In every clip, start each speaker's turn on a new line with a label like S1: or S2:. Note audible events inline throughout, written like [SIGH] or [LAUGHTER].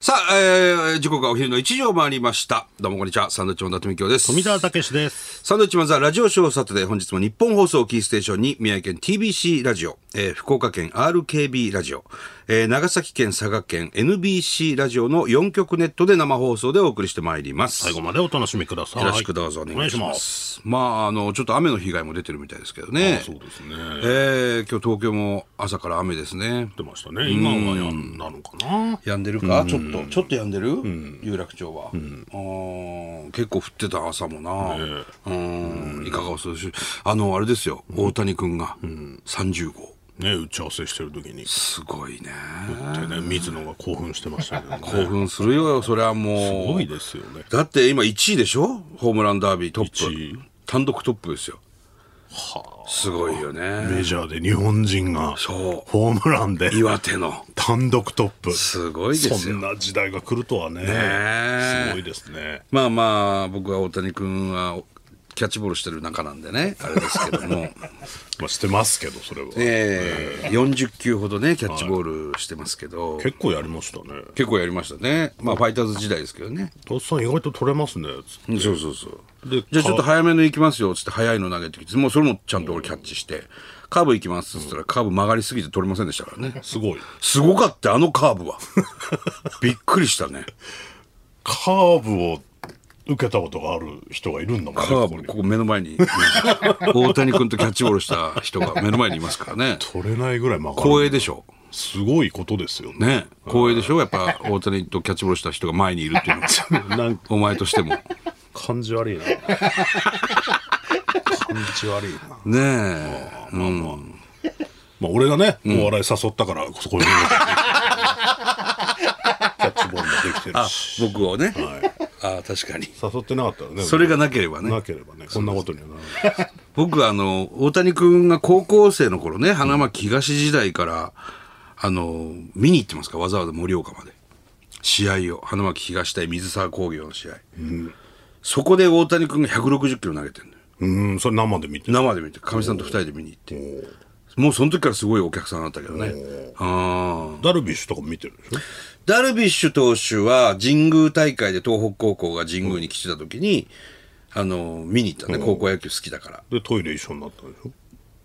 S1: さあ、えー、時刻はお昼の1時を回りました。どうもこんにちは。サンドウィッチマン伊達美京です。
S2: 富澤たけしです。
S1: サンドウィッチマンザラジオショーサタデー。本日も日本放送をキーステーションに、宮城県 TBC ラジオ、えー福岡県 RKB ラジオ、えー長崎県佐賀県 NBC ラジオの4局ネットで生放送でお送りしてまいります。
S2: 最後までお楽しみください。
S1: よろしくどうぞお願いしま。す。まあ、あの、ちょっと雨の被害も出てるみたいですけどね。
S2: そうですね。
S1: えー今日東京も朝から雨ですね。
S2: 出ましたね。今はやんなのかな。
S1: やんでるかちょっと、ちょっとやんでる、有楽町は、あー結構降ってた朝もな、うんいかがお過ごしあのあれですよ大谷君が30号
S2: ね、打ち合わせしてる時に。
S1: すごいね
S2: でね、水野が興奮してましたけど
S1: [LAUGHS]
S2: ね。
S1: 興奮するよそれはもう
S2: すごいですよね。
S1: だって今1位でしょホームランダービートッ
S2: 1
S1: プ
S2: 位
S1: 単独トップですよすごいよね
S2: メジャーで日本人が
S1: そう
S2: ホームランで
S1: 岩手の
S2: 単独トップ。
S1: すごいですよ
S2: そんな時代が来るとはね。
S1: え
S2: すごいですね。
S1: まあまあ僕は大谷君はキャッチボールしてる中なんでねあれですけど
S2: [LAUGHS]
S1: も
S2: まあ、してますけど、それは。
S1: えー、40球ほどねキャッチボールしてますけど、
S2: 結構やりましたね。
S1: 結構やりましたねまあファイターズ時代ですけどね、
S2: とっさん意外と取れますね。つって
S1: そうそうそう
S2: で
S1: じゃあちょっと早めの行きますよっつって早いの投げてきてもうそれもちゃんと俺キャッチしてカーブ行きますっつったらカーブ曲がりすぎて取れませんでしたからね
S2: すごい。
S1: すごかったあのカーブ [LAUGHS] はびっくりしたね
S2: カーブを受けたことがある人がいるんだもんね。
S1: カー
S2: こ
S1: ブ
S2: こ
S1: ここ目の前に [LAUGHS] 大谷君とキャッチボールした人が目の前にいますからね
S2: に取れないぐらい曲がる。
S1: 光栄でしょ
S2: すごいことですよね。
S1: ね光栄でしょやっぱ大谷とキャッチボールした人が前にいるっていうの [LAUGHS] は
S2: なんか
S1: お前としても
S2: 感じ [LAUGHS] 悪いな。感じ悪いな。
S1: ねえ
S2: まあ俺がね、お笑い誘ったから、そ [LAUGHS] こに。キャッチボールもできてるし。
S1: 僕をね、ああ確かに
S2: 誘ってなかったらね。
S1: それがなければね
S2: なければね、こんなことにはならない。
S1: 僕はあの大谷君が高校生の頃ね花巻東時代から、あの見に行ってますからわざわざ盛岡まで試合を花巻東対水沢工業の試合、そこで大谷君が160キロ投げてるのよ
S2: うん、それ生で見て。
S1: 生で見てかみさんと二人で見に行ってもうその時からすごいお客さんだったけどねああ
S2: ダルビッシュとかも見てるでしょ
S1: ダルビッシュ投手は神宮大会で東北高校が神宮に来てた時に、あの見に行ったね高校野球好きだから
S2: で、トイレ一緒になったでしょ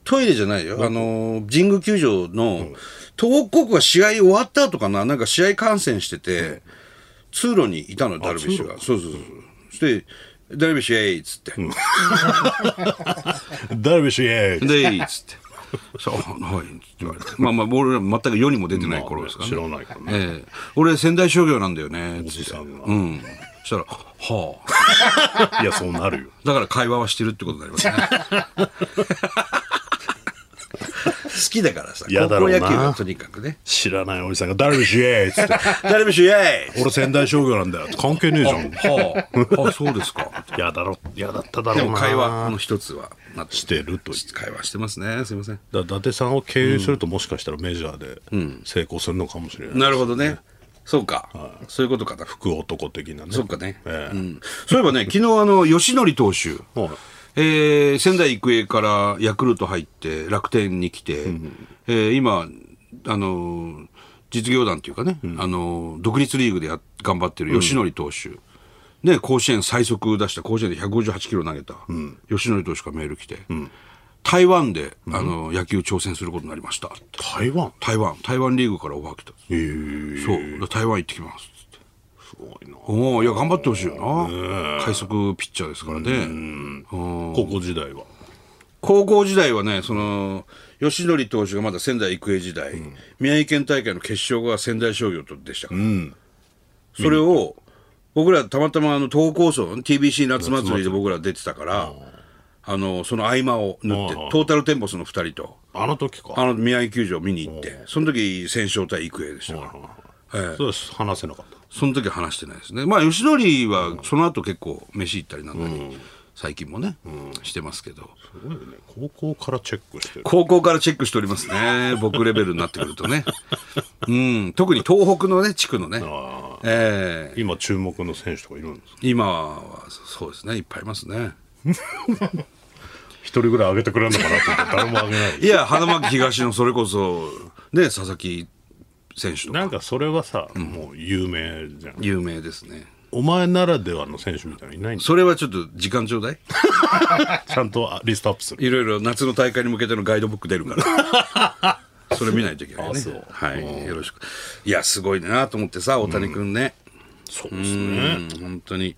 S1: トイレじゃないよ。あの、神宮球場の、東北高校が試合終わった後かな、なんか試合観戦してて、通路にいたの、ダルビッシュが。そうそうそう。そして、ダルビッシュ、えいっつって。
S2: ダルビッシュイエーイ
S1: で、えいっつって。 [LAUGHS] そう、はい、って言われて。まあまあ、俺ら全く世にも出てない頃ですからね。
S2: まあね知らないから
S1: ええ俺、仙台商業なんだよね、
S2: お
S1: つ
S2: じ
S1: って。
S2: さんが
S1: う。ん。そしたら、はあ。
S2: いや、そうなるよ。
S1: だから会話はしてるってことになりますね。 [LAUGHS] 好きだからさ、
S2: 嫌
S1: 高
S2: だ
S1: 校
S2: ろうな
S1: 野球はとにかくね。
S2: 知らないおじさんが、ダルビッシュイエーイっつって。 [LAUGHS]
S1: ダルビッシュ、イエーイ
S2: 俺仙台商業なんだよ。関係ねえじゃん。
S1: はあ、あ、そうですか。
S2: 嫌だろ、嫌だっただ
S1: で
S2: ろう
S1: も
S2: な。
S1: 会話の一つはなって
S2: してるという。
S1: 会話してますね。すみません。
S2: だから伊達さんを経由すると、もしかしたらメジャーで成功するのかもしれない。
S1: なるほどね。そうか。そういうことかな。
S2: 福男的なね。
S1: そうかね。
S2: ええ
S1: うんそういえばね、昨日あの吉典投手。
S2: はい
S1: えー仙台育英からヤクルト入って楽天に来て、えー今あのー実業団っていうかね、あのー独立リーグでや頑張ってる吉典投手、ね、甲子園最速出した甲子園で158キロ投げた、吉典投手からメール来て、台湾で、あのー野球挑戦することになりましたって
S2: 台湾
S1: 台湾台湾リーグからオファー来た、
S2: ええ
S1: そう台湾行ってきますっつって
S2: すごいな。
S1: おーいや頑張ってほしいよな快速ピッチャーですからね、
S2: 高校時代は。
S1: 高校時代はね、その、吉典投手がまだ仙台育英時代、宮城県大会の決勝が仙台商業とでしたから、それを、僕らたまたまあの東北放送の TBC 夏祭りで僕ら出てたから、あの、その合間を縫って
S2: あ、あ
S1: トータルテンボスの2人と、
S2: あの時
S1: あ
S2: か。
S1: の宮城球場見に行って、その時戦勝対育英でしたから、
S2: そうです。話せなかった。
S1: その時は話してないですね。まあ、吉典はその後結構飯行ったりなんだり、最近もね、してますけど。
S2: すごいよね。高校からチェックしてる。
S1: 高校からチェックしておりますね。僕レベルになってくるとね。うん。特に東北のね、地区のね。
S2: ああ
S1: ええ
S2: 今注目の選手とかいるんですか
S1: 今はそうですね。いっぱいいますね。
S2: 一人ぐらい上げてくれるのかなと思って誰も上げない。
S1: いや、花巻東のそれこそ、ね、佐々木選手と
S2: な
S1: か
S2: んかそれはさ、もう有名じゃん
S1: 有名ですね
S2: お前ならではの選手みたいないないんだ
S1: それはちょっと時間ちょうだい
S2: ちゃんとリストアップする
S1: いろいろ夏の大会に向けてのガイドブック出るから
S2: [LAUGHS]
S1: それ見ないといけないね
S2: あそう
S1: はいよろしくいやすごいなと思ってさ大谷君ね、
S2: そうです
S1: うん本当に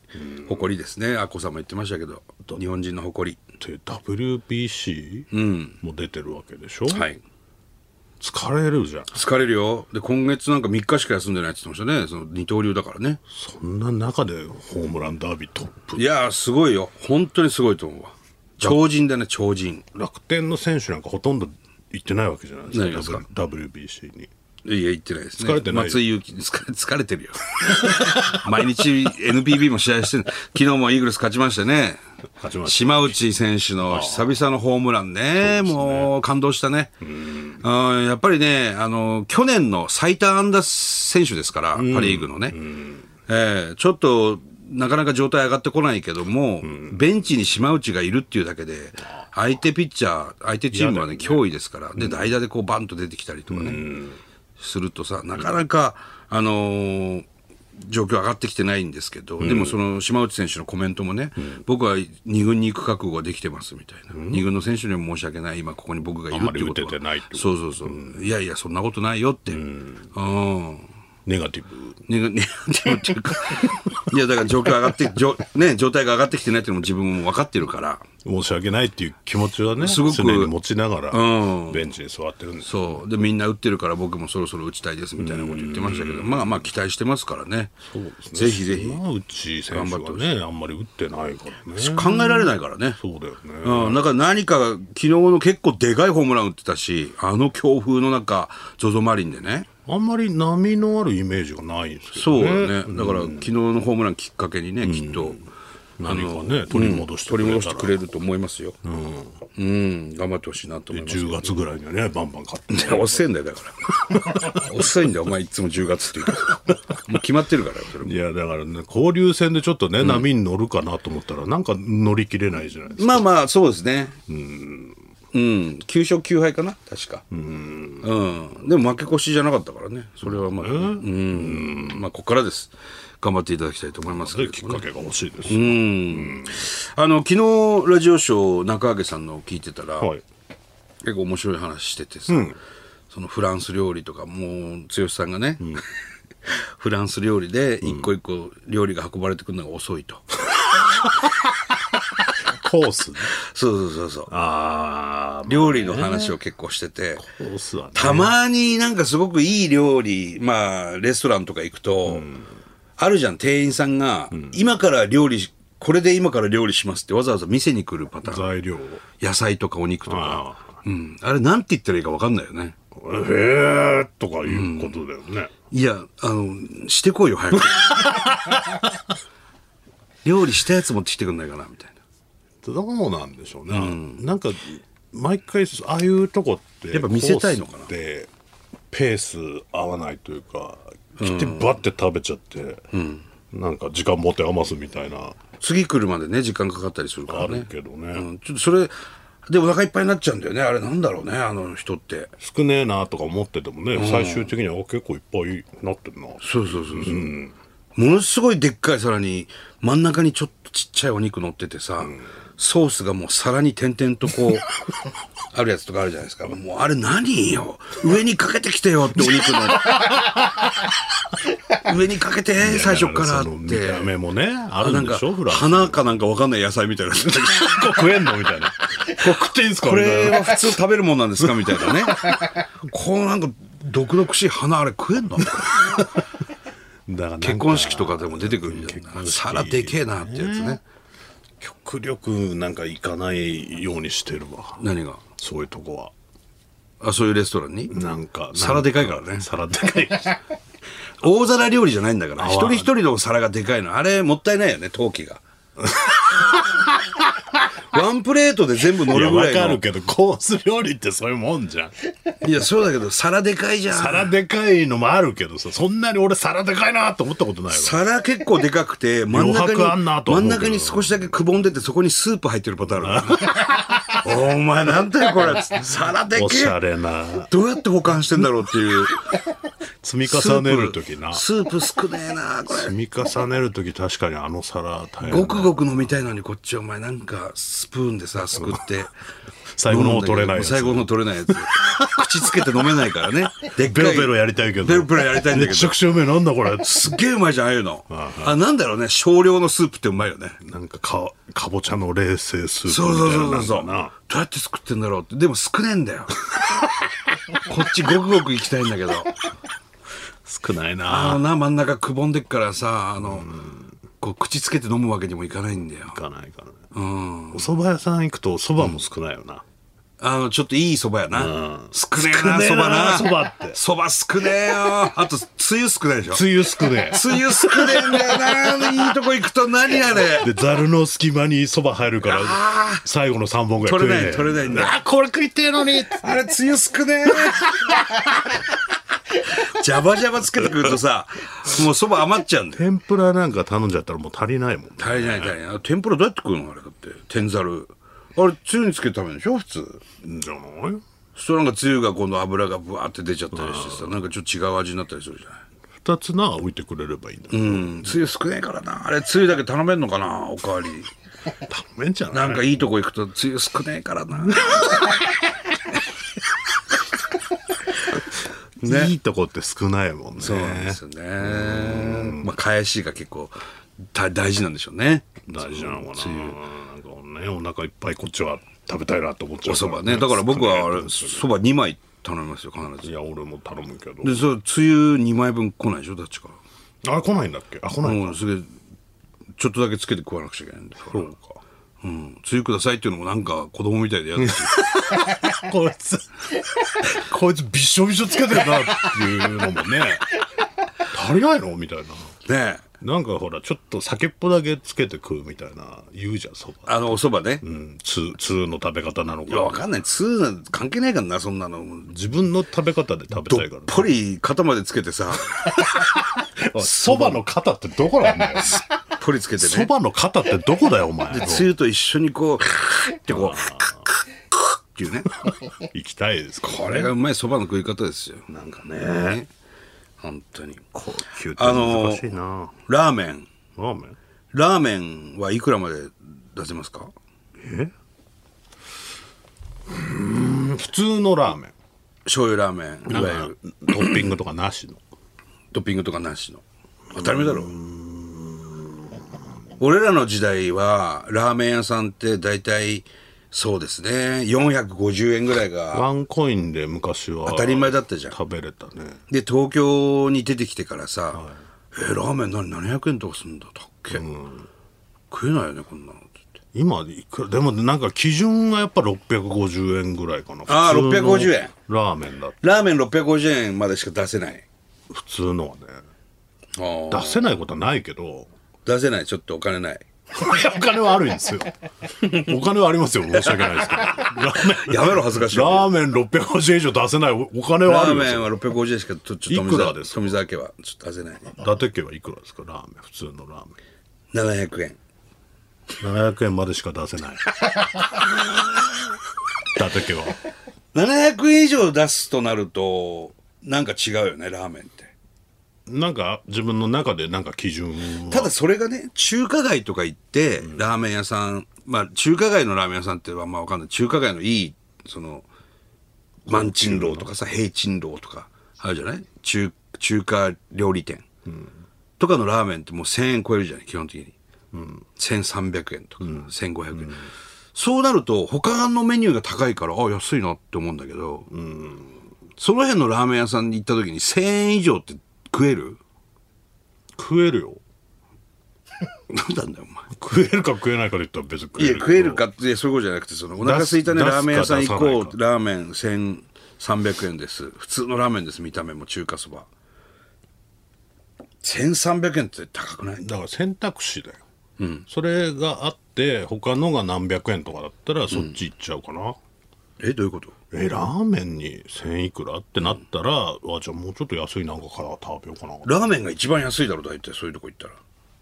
S1: 誇りですねあこさんも言ってましたけど日本人の誇り
S2: で WBC も出てるわけでしょ、
S1: はい
S2: 疲れるじゃん
S1: 疲れるよで今月なんか3日しか休んでないって言ってましたねその二刀流だからね
S2: そんな中でホームランダービートップ
S1: いやーすごいよ本当にすごいと思うわ超人だね超人
S2: 楽天の選手なんかほとんど行ってないわけじゃないですか
S1: ないですか
S2: W- WBC に
S1: いや言ってないですね
S2: 疲れてない
S1: 松井裕樹疲れ疲れてるよ [LAUGHS] 毎日 NPB も試合してる昨日もイーグルス勝ちましたね
S2: 勝ちました
S1: 島内選手の久々のホームランねもう感動したねあやっぱりねあの去年の最多安打選手ですからパ・リーグのね、えーちょっとなかなか状態上がってこないけども、ベンチに島内がいるっていうだけで相手ピッチャー相手チームはね脅威ですからで代打でこうバンと出てきたりとかね、するとさなかなか、あのー状況上がってきてないんですけど、でもその島内選手のコメントもね、僕は2軍に行く覚悟ができてますみたいな、二2軍の選手にも申し訳ない今ここに僕がいるっていうことは
S2: あんまり打ててないってこと
S1: そうそうそう、いやいやそんなことないよって、うん
S2: ネガティブ
S1: ね [LAUGHS] ねでもっていうかいやだから状況上がってじ [LAUGHS] ょ、ね、状態が上がってきてないっていうのも自分も分かってるから
S2: 申し訳ないっていう気持ちはね
S1: すごく
S2: 常に持ちながら
S1: うん
S2: ベンチに座ってるんです、
S1: そうでみんな打ってるから僕もそろそろ打ちたいですみたいなこと言ってましたけどまあまあ期待してますからねぜひぜひ
S2: 島内選手がねあんまり打ってないからね
S1: 考えられないからね。
S2: そうだよね、
S1: うん、なんか何か昨日の結構でかいホームラン打ってたしあの強風の中 ZOZO マリンでね
S2: あんまり波のあるイメージがないんですけど
S1: そうだねだから昨日のホームランきっかけにね、きっと
S2: 何かね取り戻してく
S1: 取り
S2: れ
S1: 戻
S2: た
S1: し
S2: ら
S1: てくれると思いますよ、うん頑張ってほしいなと思います
S2: 10月ぐらいにはねバンバン勝って
S1: いや遅いんだよだから
S2: [LAUGHS]
S1: 遅いんだよお前いつも10月っていうからもう決まってるからそれも
S2: いやだからね交流戦でちょっとね、波に乗るかなと思ったらなんか乗り切れないじゃないですか
S1: まあまあそうですねうん、9勝9敗かな確かうん、でも負け越しじゃなかったからねそれはまあ、うんまあここからです頑張っていただきたいと思いますけ
S2: で
S1: ど
S2: きっかけが欲しいです、
S1: あの昨日ラジオショー中揚さんの聞いてたら、
S2: はい
S1: 結構面白い話しててさ、そのフランス料理とかもう剛さんがね、 [LAUGHS] フランス料理で一個一個料理が運ばれてくるのが遅いと、
S2: コースね
S1: そうそうそうそう
S2: ああ
S1: 料理の話を結構してて、
S2: コースはね
S1: たまになんかすごくいい料理まあレストランとか行くと、あるじゃん店員さんが、今から料理しこれで今から料理しますってわざわざ店に来るパターン
S2: 材料を
S1: 野菜とかお肉とか
S2: ああ
S1: うん、あれなんて言ったらいいか分かんないよね
S2: ええー、とかいうことだよね、
S1: いやあのしてこいよ早く
S2: [LAUGHS]
S1: 料理したやつ持ってきてくんないかなみたいな
S2: どうなんでしょうね、なんか毎回ああいうとこって
S1: やっぱ見せたいのかな
S2: コースってペース合わないというか切ってバッて食べちゃって、なんか時間持て余すみたいな
S1: 次来るまでね時間かかったりするから
S2: あ
S1: ね
S2: るけどね、
S1: うん、ちょっとそれでお腹いっぱいになっちゃうんだよねあれなんだろうねあの人って
S2: 少ねえなとか思っててもね、最終的にはあ結構いっぱいなってるな
S1: そうそうそうそう、ものすごいでっかい皿に真ん中にちょっとちっちゃいお肉乗っててさ、ソースがもう皿に点々と
S2: [LAUGHS]
S1: こうあるやつとかあるじゃないですかもうあれ何よ上にかけてきてよってお
S2: [LAUGHS]
S1: 肉の上にかけて最初からっ
S2: その見
S1: て
S2: た目もねある
S1: なんん
S2: で
S1: か
S2: しょフランス
S1: 花かなんかわかんない野菜みたいな
S2: [LAUGHS] こ食えんのみたいなこれ食っていいんすか
S1: こ
S2: みたい
S1: れ
S2: な
S1: は普通食べるもんなんですかみたいなねこうなんか毒々しい花あれ食えんの
S2: だからなんか
S1: 結婚式とかでも出てくるみたいな皿でけえなってやつね
S2: 極力なんか行かないようにしてるわ
S1: 何が
S2: そういうとこは
S1: あそういうレストランに
S2: なんか
S1: 皿でかいからね
S2: [LAUGHS] 皿でかい [LAUGHS]
S1: 大皿料理じゃないんだから
S2: あ
S1: 一人一人のお皿がでかいのあれもったいないよね陶器が [LAUGHS] ワンプレートで全部乗
S2: いや
S1: るぐら
S2: わ
S1: い
S2: か
S1: の
S2: るけどコース料理ってそういうもんじゃん
S1: いやそうだけど皿でかいじゃん
S2: [LAUGHS] 皿でかいのもあるけどさそんなに俺皿でかいなと思ったことないわ
S1: 皿結構でかくて真ん中に
S2: 余白あんなと思
S1: 真
S2: うんけど
S1: 中に少しだけくぼんでてそこにスープ入ってるパターンあるから
S2: [LAUGHS]
S1: お前なんだよこれつって皿で
S2: お
S1: け
S2: し
S1: え
S2: ゃれな
S1: どうやって保管してんだろうっていう
S2: 積み重ねる時な
S1: スープスープ少ねえなこ
S2: 積
S1: れ
S2: み重ねる時確かにあの皿大変
S1: ごくごく飲みたいのにこっちお前なんかスプーンでさすくって
S2: 最後の方取れないやつ
S1: 最後の方取れないやつ口つけて飲めないからねでっか
S2: ベ
S1: い
S2: ロベロやりたいけど
S1: ベロベロやりたいんだけど
S2: めちゃくちゃうめえなんだこ [LAUGHS] れ
S1: すっげえうまいじゃんああいうのあなんだろうね少量のスープってうまいよね
S2: なんかかかぼちゃの冷製スープ
S1: そうそうそ
S2: みたいな
S1: うそう。
S2: なんかな
S1: どうやって作ってんだろうって。でも少ねえんだよ。こっちごくごく行きたいんだけど。
S2: 少ない
S1: あ
S2: な
S1: のな、真ん中くぼんでっからさ、あの、こう口つけて飲むわけにもいかないんだよ。
S2: いかないかなお蕎麦屋さん行くと蕎麦も少ないよな、
S1: あの、ちょっといい蕎麦やな。少ねえな、
S2: 少
S1: 蕎
S2: ねえ
S1: 麦
S2: な
S1: な。
S2: 蕎麦って
S1: 蕎麦少ねえよ。あと、つゆ少ないでしょ。
S2: 梅雨少ねえ
S1: つゆ少ねえんだよな。いいとこ行くと何あれ。
S2: でざるの隙間にそば入るから
S1: あ
S2: 最後の3本ぐらい
S1: 取れない
S2: 食えねえ
S1: 取れないんだよ
S2: あーこれ食いてえのに
S1: あれ、つゆ少 [LAUGHS] ねえ。ジャバジャバつけてくるとさ、もう蕎麦余っちゃうんだよ
S2: 天ぷらなんか頼んじゃったらもう足りないもん
S1: 足りない足りない。天ぷらどうやって食うのあれだって。天ざる。あれ、つゆにつけるためでしょ普通。
S2: じゃない
S1: そうなんかつゆが今度油がブワーって出ちゃったりしてさ、なんかちょっと違う味になったりするじゃない。
S2: 2つな置いてくれればいいんだ、
S1: うん。つゆ少ないからな。あれ、つゆだけ頼めんのかなおかわり。
S2: 頼めんじゃない
S1: なんかいいとこ行くと、つゆ少ないからな。ね
S2: いいとこって少ないもんね
S1: そうなんですよね。まあ、返しが結構大大事なんでしょうね。
S2: 大事なのかななんかねお腹いっぱいこっちは食べたいなと思っちゃ
S1: お
S2: う
S1: 蕎麦ね。だから僕はあれ、
S2: 少ない
S1: 蕎麦2枚頼みますよ、必
S2: い
S1: ず。
S2: や俺も頼むけど
S1: で、そう、つゆ2枚分来ないでしょどっちか。
S2: あ来ないんだっけあ来ない
S1: うん、 [LAUGHS] すげえちょっとだけつけて食わなくちゃいけないんだから
S2: そうか
S1: うん、つゆくださいっていうのもなんか子供みたいでやってる
S2: [LAUGHS] こいつ、こいつびっしょびしょつけてるなっていうのもね、足りないのみたいな。
S1: ねえ
S2: なんかほら、ちょっと酒っぽだけつけて食うみたいな、言うじゃん、そば。
S1: あのおそばね、
S2: うん、通、通の食べ方なの
S1: いやわ
S2: か。
S1: かんないつゆなんて関係ないからなそんなの
S2: 自分の食べ方で食べ
S1: ど
S2: た
S1: っ
S2: いから
S1: ぽり肩までつけて
S2: [LAUGHS]
S1: さ
S2: ね。そばの肩ってどこなんだ [LAUGHS] よ。
S1: どっぽりつけて
S2: そ
S1: ね
S2: ばの肩ってどこだよ、お前。
S1: つゆと一緒にこうクッってこうクックックックッっていうね
S2: 行きたいです。こ
S1: これがうまいそばの食い方ですよなんかね本当に
S2: 高級って
S1: あの
S2: 難しいな。
S1: ラーメン
S2: ラーメン
S1: ラーメンはいくらまで出せますか
S2: えうん普通のラーメン。
S1: 醤油ラーメンい
S2: な
S1: わ
S2: ん
S1: ゆる
S2: かトッピングとかなしの。
S1: トッピングとかなしの当たり前だろ俺らの時代はラーメン屋さんって大体そうですね450円ぐらいが
S2: ワンコインで昔は
S1: 当たり前だったじゃん
S2: 食べれたね
S1: で東京に出てきてからさ、えーラーメン何700円とかすんだだっけ、食えないよねこんなのって言って
S2: 今いくらでもなんか基準がやっぱ650円ぐらいかな
S1: あー
S2: 普通の
S1: 650円
S2: ラーメンだ
S1: ラーメン650円までしか出せない
S2: 普通のはね
S1: あー
S2: 出せないことはないけど [LAUGHS]
S1: 出せないちょっとお金ない
S2: お金はあるんですよ [LAUGHS] お金はありますよ申し訳ないですけどラー
S1: [LAUGHS]
S2: メン
S1: やめろ恥ずかしい
S2: ラーメン650円以上出せないおお金はあ
S1: ラー
S2: るんで
S1: メ
S2: す
S1: ン
S2: よ
S1: は650円しかちょっと
S2: いくらですか
S1: 富澤家はちょっと出せないね
S2: 伊達家はいくらですかラーメン普通のラーメ
S1: 700円
S2: ン700円までしか出せない [LAUGHS] 伊達家は
S1: 700円以上出すとなるとなんか違うよねラーメンって
S2: なんか自分の中でなんか基準を
S1: ただそれがね中華街とか行って、ラーメン屋さんまあ中華街のラーメン屋さんってあんま分かんない中華街のいいその万珍楼とかさ平珍楼とかあるじゃない中中華料理店、とかのラーメンってもう1000円超えるじゃない基本的に、1300円とか、1500円、そうなると他のメニューが高いからあ安いなって思うんだけど、その辺のラーメン屋さんに行った時に1000円以上って食える
S2: 食えるよ
S1: 何なんだよお前
S2: 食えるか食えないかで言ったら別に食
S1: い
S2: え
S1: や
S2: る
S1: 食えるかってそういうことじゃなくてそのお腹空いたね
S2: 出す
S1: ラーメン屋さん行こ
S2: 出すか出さないう
S1: ラーメン1300円です普通のラーメンです見た目も中華そば1300円って高くない
S2: だから選択肢だよ、それがあって他のが何百円とかだったらそっち行っちゃうかな、
S1: えどういうこと
S2: えラーメンに1000いくらってなったら、あじゃあもうちょっと安いなんかから食べようかな
S1: ラーメンが一番安いだろ大体そういうとこ行ったら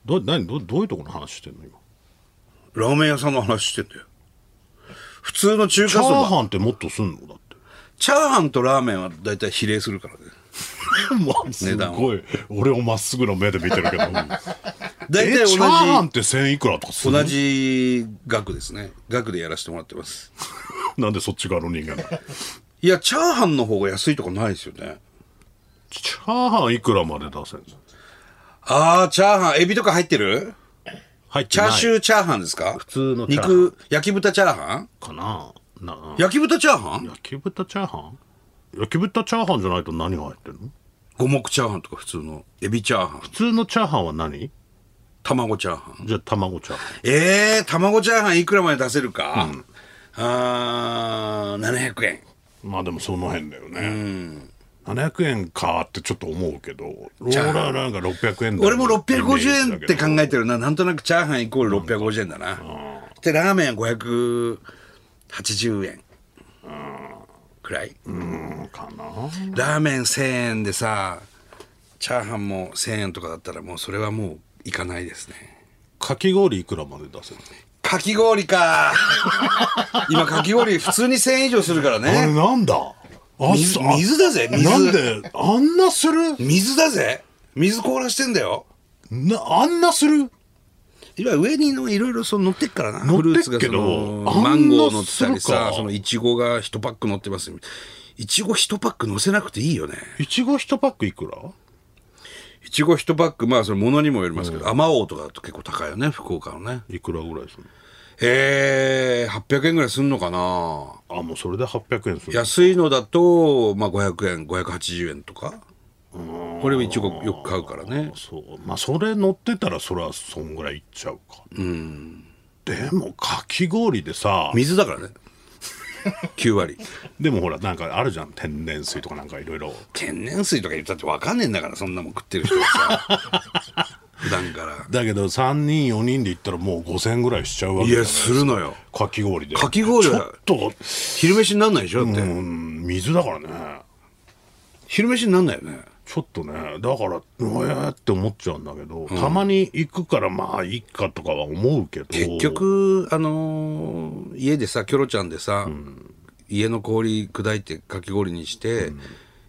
S2: ど何どどういうとこの話してんの今
S1: ラーメン屋さんの話してんだよ普通の中華
S2: チャ
S1: そ
S2: ー
S1: ば [LAUGHS]
S2: ハンってもっとすんのだって
S1: チャーハンとラーメンは大体比例するからね
S2: まあす
S1: 値段を
S2: ごい俺をまっすぐの目で見てる
S1: [LAUGHS]
S2: けど
S1: 大
S2: え
S1: 体
S2: チャーハン
S1: 同
S2: って1000いくらとかす
S1: じ
S2: る
S1: 同じ額ですね額でやらせてもらってます
S2: なんでそっち側の人間なの
S1: いやチャーハンの方が安いとかないですよね
S2: チャーハンいくらまで出せるんですか
S1: ああチャーハンエビとか入ってる
S2: 入って
S1: チャ
S2: ない
S1: ーシューチャーハンですか普
S2: 通のチャーハン
S1: 肉焼き豚チャーハン
S2: かなな
S1: 焼き豚チャーハン
S2: 焼き豚チャーハン焼き豚チャーハンじゃないと何が入ってるの
S1: 五目チャーハンとか普通のエビチャーハン
S2: 普通のチャーハンは何
S1: 卵チャーハン
S2: じゃあ卵チャーハン
S1: えー、卵チャーハンいくらまで出せるか、あー700円
S2: まあでもその辺だよね、700円かってちょっと思うけどローラーなんか600円だ
S1: 俺も650円って考
S2: え
S1: えてるななんとなくチャーハンイコール650円だなでラーメン580円くらい
S2: かな
S1: ラーメン1000円でさチャーハンも1000円とかだったらもうそれはもういかないですね
S2: かき氷いくらまで出せる
S1: かき氷
S2: [LAUGHS]
S1: か今かき氷普通に1000円以上するから
S2: あれ
S1: ね
S2: なんだあ
S1: 水
S2: あ
S1: 水だぜ水
S2: なんであんなする
S1: 水だぜ水凍らしてんだよ
S2: なあんなする
S1: 今上にのいろいろその乗ってっからな
S2: 乗ってっけ
S1: フルーツが
S2: ど
S1: その
S2: あんな
S1: マンゴー乗ってたり
S2: する
S1: さ
S2: か
S1: そのいちごが1パック乗ってますいちご1パック乗せなくていいよね
S2: いちご一パックいくら
S1: いちご1パックまあそれ物にもよりますけどあまおうとかだと結構高いよね福岡のね
S2: いくらぐらいする
S1: えー、800円ぐらいすんのかな
S2: あもうそれで800円する
S1: 安いのだと、まあ、500円580円とかこれを一応よく買うからね
S2: そうまあそれ乗ってたらそれはそんぐらいいっちゃうかうんでもかき氷でさ
S1: 水だからね [LAUGHS] 9割
S2: でもほらなんかあるじゃん天然水とかなんかいろいろ
S1: 天然水とか言ったって分かんねえんだからそんなもん食ってる人がさ普段から
S2: だけど3人4人で行ったらもう5000円ぐらいしちゃうわけ
S1: い
S2: じゃ
S1: や
S2: ない
S1: するのよ
S2: かき氷で
S1: かき氷
S2: ちょ
S1: は
S2: っと
S1: 昼飯になんないでしょだって、
S2: うん水だからね
S1: 昼飯になんないよね
S2: ちょっとねだからうえーって思っちゃうんだけど、たまに行くからまあいいかとかは思うけど
S1: 結局あのー家でさキョロちゃんでさ、家の氷砕いてかき氷にして、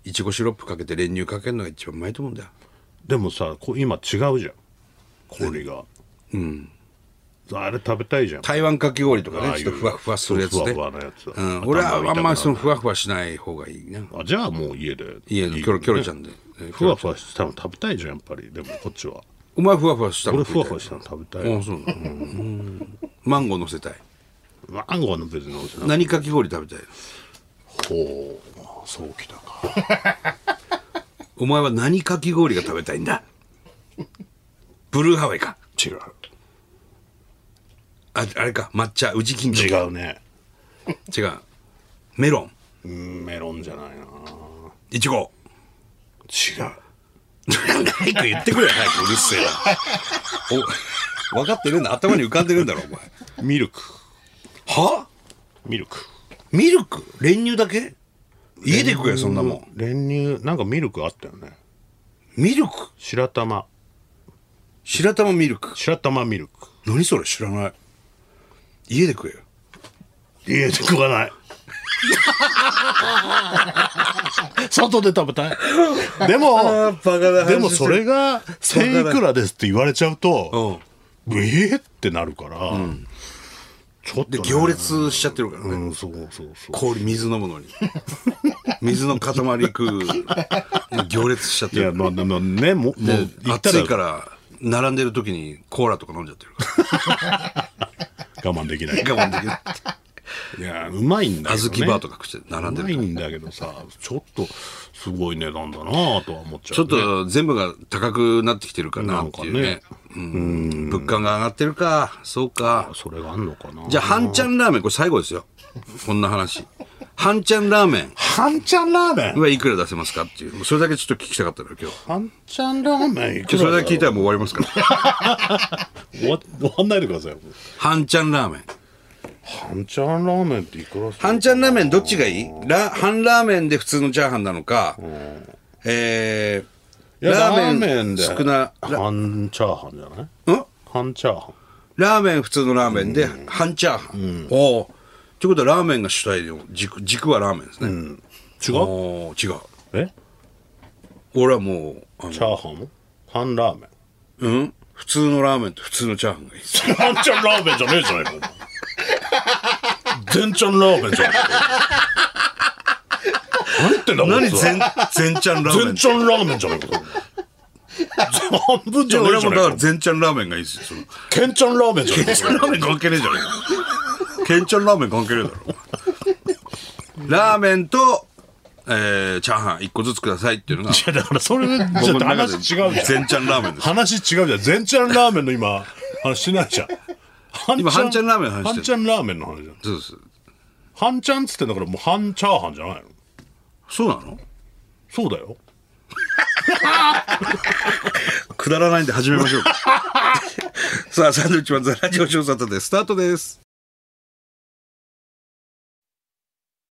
S1: いちごシロップかけて練乳かけるのが一番うまいと思うんだよ
S2: でもさこう今違うじゃん氷がうんあれ食べたいじゃん
S1: 台湾かき氷とか
S2: ああ
S1: ね
S2: い
S1: ち
S2: う
S1: ょっとふわふわするやつね
S2: ふわふわのやつ
S1: うん、俺はあんまりその
S2: の
S1: ふわふわしない方がいいな
S2: じゃあもう家で
S1: 家のキョロキョロちゃんで、え
S2: [LAUGHS] ふわふわしてたの食べたいじゃんやっぱりでもこっちは
S1: お前ふわふわしたの
S2: 俺ふわふわしてたの食べたい、
S1: ああそうなのうんマンゴー乗せたい
S2: マンゴーの別に美味しいな
S1: 何かき氷食べたい
S2: ほうそうきたか
S1: お前は何かき氷が食べたいんだブルーハワイか
S2: 違う
S1: ああれか抹茶宇治金時
S2: 違うね
S1: 違うメロン
S2: うんメロンじゃないない
S1: ちご
S2: 違う
S1: 早く言って [LAUGHS] くれよ早くうるせえなお分かってるんだ頭に浮かんでるんだろお前
S2: ミルク
S1: は
S2: ミルク
S1: ミルク練乳だけ家で食えよそんなもん
S2: 練乳なんかミルクあったよね
S1: ミルク
S2: 白玉
S1: 白玉ミルク
S2: 白玉ミルク
S1: 何それ知らない家で食えよ
S2: 家で食わない外で食べたいで
S1: あ
S2: も
S1: ーバカな話
S2: でもそれが
S1: してる
S2: 1000いくらですって言われちゃうと
S1: う
S2: ええってなるから、ちょっと、ね、
S1: 行列しちゃってるからね、
S2: うんそうそうそう
S1: 氷水飲むのに [LAUGHS] 水の塊食う行列しちゃって
S2: いや
S1: る
S2: まあでもねもうも
S1: で
S2: う行った
S1: 暑いからら並んでる時にコーラとか飲んじゃってるか
S2: 我慢できない
S1: ら我慢でき [LAUGHS] ない
S2: いやうまいんだけど、ね、
S1: 小豆バーとか食って並んで
S2: う
S1: る
S2: まいんだけどさちょっとすごい値段だなぁとは思っちゃ
S1: ちょ
S2: う、ね、
S1: っと全部が高くなってきてるかなっていうね
S2: なん
S1: うん物価が上がってるかそうか
S2: それがあんのかな
S1: じゃあ半ちゃんラーメンこれ最後ですよこんな話半ちゃんラーメン
S2: 半ちゃんラーメン
S1: はいくら出せますかっていう、それだけちょっと聞きたかったのよ、今日。
S2: 半ちゃんラーメンいく
S1: 今日そ
S2: ら
S1: れだ
S2: だろ
S1: け聞いたらもう終わりますから。
S2: 終わ終わんないでくださいよ
S1: 半ちゃんラーメン。
S2: 半ちゃんラーメンっていくらする
S1: 半ちゃんラーメンどっちがいいラ半ラーメンで普通のチャーハンなのか、え
S2: い
S1: ー、
S2: や
S1: ラ
S2: ラ
S1: ー
S2: ー
S1: メ
S2: メン
S1: ン
S2: で
S1: 少な、
S2: 半チャーハンじゃない
S1: ん
S2: 半チャーハン
S1: ラーメン普通のラーメンで半チャーハン。おお。ということはラーメンが
S2: 어.
S1: 主体で軸軸はラーメンですね。
S2: 違う
S1: おお違う。
S2: え
S1: 俺はもうあの
S2: チャーハン半ラーメ
S1: う
S2: ン。
S1: ん普通のラーメンと普通のチャーハンがいいです
S2: なんちゃんラーメンじゃねえじゃないか、お前。全ちゃんラーメンじゃないか。何言ってんだ、
S1: 何
S2: こいつは
S1: 全全ちゃんラーメン
S2: 全ちゃんラーメンじゃないか。半分じ
S1: じゃ
S2: ゃ
S1: あ
S2: ねえ
S1: 俺
S2: じゃ
S1: もだか
S2: ない
S1: ら
S2: か。
S1: 全ちゃんラーメンがいいですよその
S2: ケンちゃんラーメンじゃね
S1: ケン
S2: え
S1: ち
S2: か
S1: ゃんラーメン関係ねえじゃねえかケンちゃんラーメン関係ねえだろラーメンと、えー、チャーハン1個ずつくださいっていうのが
S2: いや、だからそれ、じゃあ
S1: 僕の中
S2: 話
S1: で
S2: 違うじゃん。
S1: 全ちゃんラーメンです
S2: 話違うじゃん。全ちゃんラーメンの今、話してないじゃん。
S1: 今半ちゃんラーメンの話してる
S2: 半ちゃんラーメンの話じゃん。
S1: そうです
S2: 半ちゃんっつってんだからもう半チャーハンじゃないの
S1: そうなの
S2: そうだよ。
S1: くだらないんで始めましょうさあサンドウィッチマンザラジオショーサタでスタートです